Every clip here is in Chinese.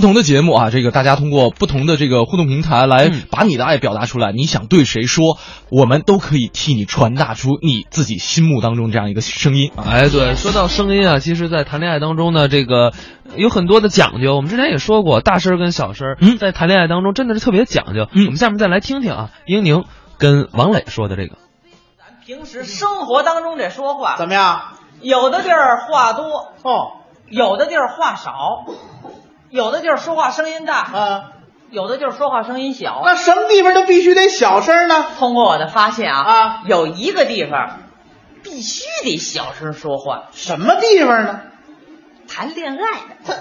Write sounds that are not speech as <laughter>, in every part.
同的节目啊，这个大家通过不同的这个互动平台来把你的爱表达出来，你想对谁说，我们都可以替你传达出你自己心目当中这样一个声音啊。哎，对，说到声音啊，其实，在谈恋爱当中呢，这个有很多的讲究。我们之前也说过，大声儿跟小声儿，嗯在谈恋爱当中真的是特别讲究。嗯我们下面再来听听啊，英宁跟王磊说的这个。咱平时生活当中这说话，怎么样？有的地儿话多，哦，有的地儿话少，有的地儿说话声音大，啊，有的地儿说话声音小。那什么地方就必须得小声呢？通过我的发现啊，啊有一个地方必须得小声说话，什么地方呢？谈恋爱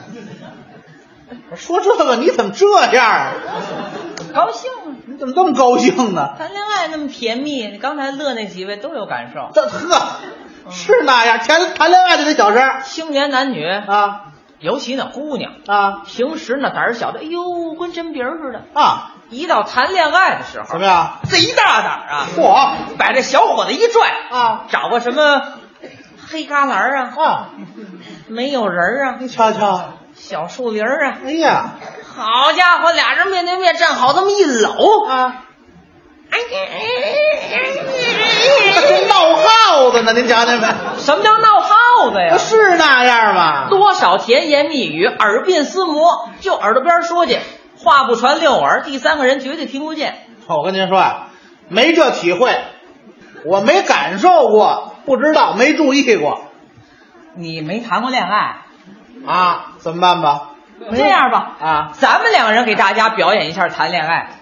我说这个你怎么这样啊？的高兴啊，你怎么这么高兴呢？谈恋爱那么甜蜜，刚才乐那几位都有感受。这呵，是那样，谈谈恋爱就得小声青年男女，啊尤其那姑娘，啊平时那胆儿小的，哎呦，跟针鼻儿似的。啊！一到谈恋爱的时候，怎么样？贼大胆儿啊！嚯把这小伙子一拽啊找个什么黑旮旯啊，啊！没有人儿啊，你瞧瞧，小树林儿啊，哎呀好家伙，俩人面对面站好，这么一搂，啊，哎这跟闹耗子呢，您瞧见没？什么叫闹耗子呀不？是那样吗？多少甜言蜜语，耳鬓厮磨，就耳朵边儿说去，话不传六耳，第三个人绝对听不见。我跟您说啊，没这体会，我没感受过，不知道，没注意过你没谈过恋爱，啊，怎么办吧？这样吧，啊，咱们两个人给大家表演一下谈恋爱。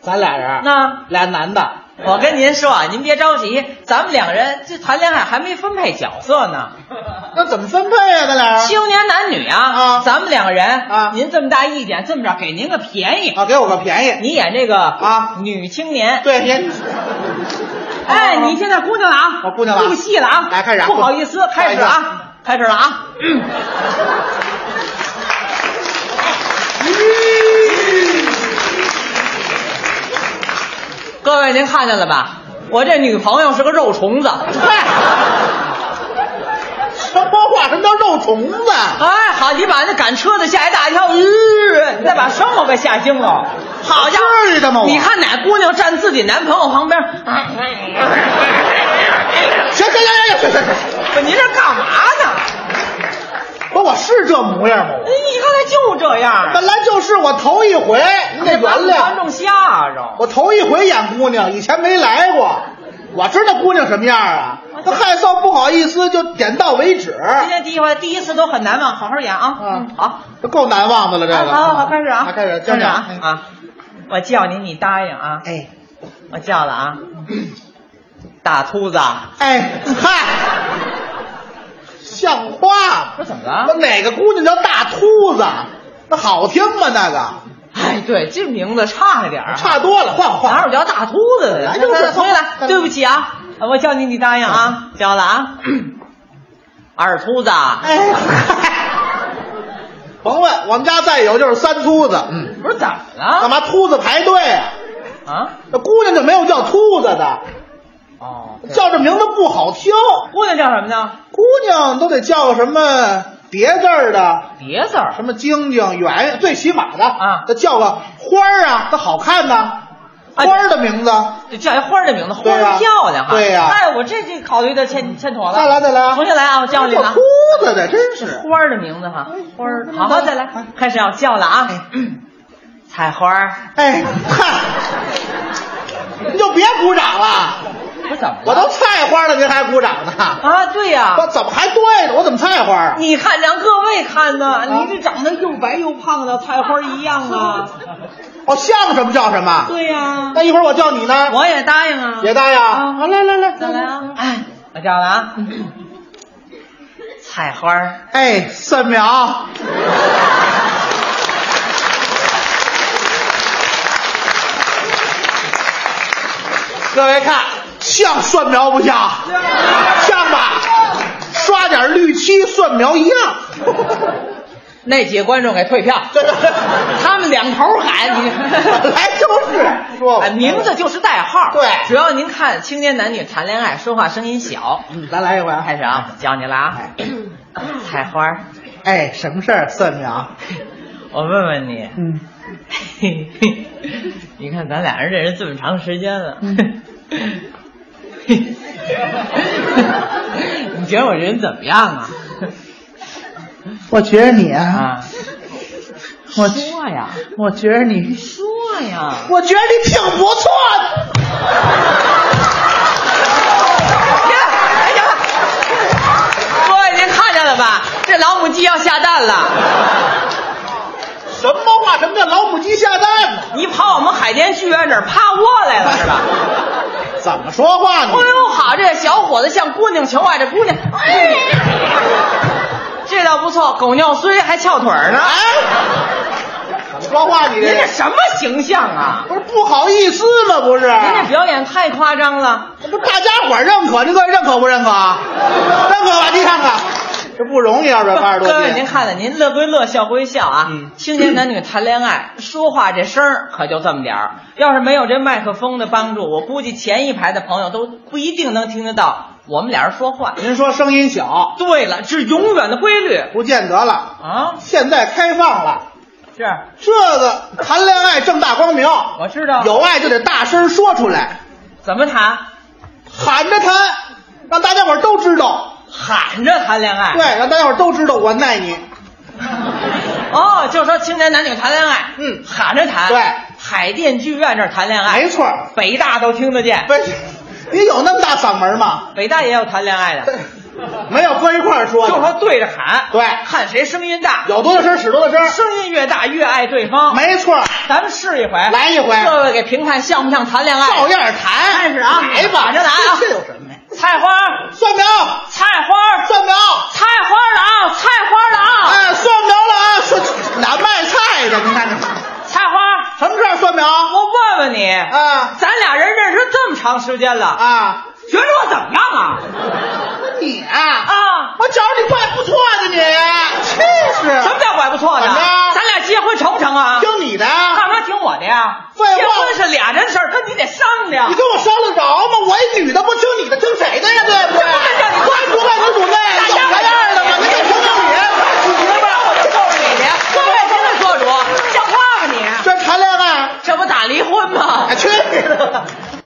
咱俩人，那俩男的，我跟您说啊，您别着急，咱们两个人这谈恋爱还没分配角色呢。那怎么分配啊？咱俩人青年男女啊，啊咱们两个人啊您这么大意见，这么着给您个便宜，啊，给我个便宜。你演这个啊女青年。对，您哎，啊你现在姑娘了啊，我姑娘了啊入戏了啊，来开始啊不好意思，不好开始意思了啊，开始了 <laughs> 啊。各位，您看见了吧？我这女朋友是个肉虫子，什么话？什么叫肉虫子？哎，好，你把那赶车的吓一大跳，吁，你再把生活给吓惊了。好家伙，至于的吗我你看哪姑娘站自己男朋友旁边？哎行行行行行行行，不，您这干嘛呢？不是，我是这模样吗？哎你刚才就这样，本来就是我头一回，您得这原把观谅。众吓着。我头一回演姑娘，以前没来过，我知道姑娘什么样啊。那害臊不好意思，就点到为止，今天第一回，第一次都很难忘，好好演啊。嗯好，这够难忘的了。这好个，好好，开始啊，啊开始，开江始江啊啊！我叫你，你答应啊。哎我叫了啊，大秃子，哎嗨，像话吗？说怎么那了？哪个姑娘叫大秃子？那好听吗？那个哎，对，这名字差了点儿啊。差多了，换换。哪有叫大秃子的？哎就是回来，对不起啊，我叫你，你答应啊，叫了 <clears throat> 啊。二秃子，哎，嗨甭问，我们家再有就是三秃子。嗯，不是怎么干了？嘛秃子排队啊？啊？那姑娘就没有叫秃子的，哦，叫这名字不好听。姑娘叫什么呢？姑娘都得叫个什么别字儿的，别字儿什么晶晶、圆，最起码的啊得叫个花儿啊，它好看呐。哎花儿的名字，就叫一花儿的名字，花对呀儿漂亮哈。对呀哎，我这这考虑的欠欠妥了。再来，再来啊，重新来啊！我叫你叫了秃，子的，真是。花儿的名字哈，花儿。好好，再来哎，开始要叫了啊！ <clears throat> 采花儿，哎，嗨，您就别鼓掌了，不是怎么了我都菜花了，您还鼓掌呢？啊，对呀，我怎么还对呢？我怎么菜花啊？你看，让各位看呢，你这长得又白又胖的，菜花一样 <laughs> 啊。哦，像什么叫什么？对呀、那一会儿我叫你呢，我也答应啊。也嗯大爷啊啊，好来来来，再来啊！哎，我叫了啊，菜花儿哎，蒜苗，各位看，像蒜苗不像？像吧？刷点绿漆，蒜苗一样。那几个观众给退 <laughs> 票，他们两头喊本你。 <laughs> 来就是说哎，名字就是代号，对主要您看青年男女谈恋爱，说话声音小。嗯咱来一回啊，开始啊，我教你了啊，菜花儿，哎，什么事儿？算命啊？我问问你，嗯，嘿嘿， <laughs> 你看咱俩人认识这么长时间了， <laughs> 你觉得我这人怎么样啊？我觉得你啊，啊，我说呀，我觉得你，说 <laughs> 呀，我觉得你挺不错的。行了，哎 <laughs> 行了，各位您看见了吧？这老母鸡要下蛋了，什么话？什么叫老母鸡下蛋呢？你跑我们海淀剧院这儿趴窝来了是吧？怎么说话呢哎？呦，好，这小伙子像姑娘情怀，这姑娘，哎，这倒不错，狗尿虽还翘腿儿呢。哎，啊怎么说话你您这这什么形象啊？不是不好意思吗？不是，您这表演太夸张了，不是大家伙儿认可，您各位认可不认可啊？认可吧，您看看，这不容易啊，这八十多各位您斤。看看，您乐归乐，笑归笑啊。嗯青年男女谈恋爱，说话这声儿可就这么点儿。要是没有这麦克风的帮助，我估计前一排的朋友都不一定能听得到我们俩人说话。您说声音小，对了，这是永远的规律不见得了。啊！现在开放了，是，啊这个谈恋爱正大光明，我知道。有爱就得大声说出来，怎么谈？喊着谈，让大家伙儿都知道。喊着谈恋爱。对，让大家伙儿都知道我爱你。哦，就说青年男女谈恋爱，嗯喊着谈。对海淀剧院这儿谈恋爱，没错儿，北大都听得见不，是，你有那么大嗓门吗？ <laughs> 北大也有谈恋爱的，没有搁一块儿说就说的，对着喊，对看谁声音大，有多大声使多大声，声音越大越爱对方。，没错儿，咱们试一回，哦哎来一回哎各位给评判像不像谈恋爱？照样谈。开始啊来吧，马上来啊这有什么呀？菜花，算苗，菜花，算苗，菜花了啊，菜花了啊，哎，算苗了啊！算哪卖菜的？你看这菜花，什么事儿？算苗我问问你，啊咱俩人认识这么长时间了，啊！觉着我怎么样啊？你啊，啊，我觉着你怪不错的你，气势。什么叫拐不错的？怎么着咱俩结婚成不成啊？听你的，干嘛听我的呀？废话结婚是俩人的事儿，跟你得商量。你跟我商量着吗？我一女的不听你的，听谁的呀？对不这不是对？哎 <laughs>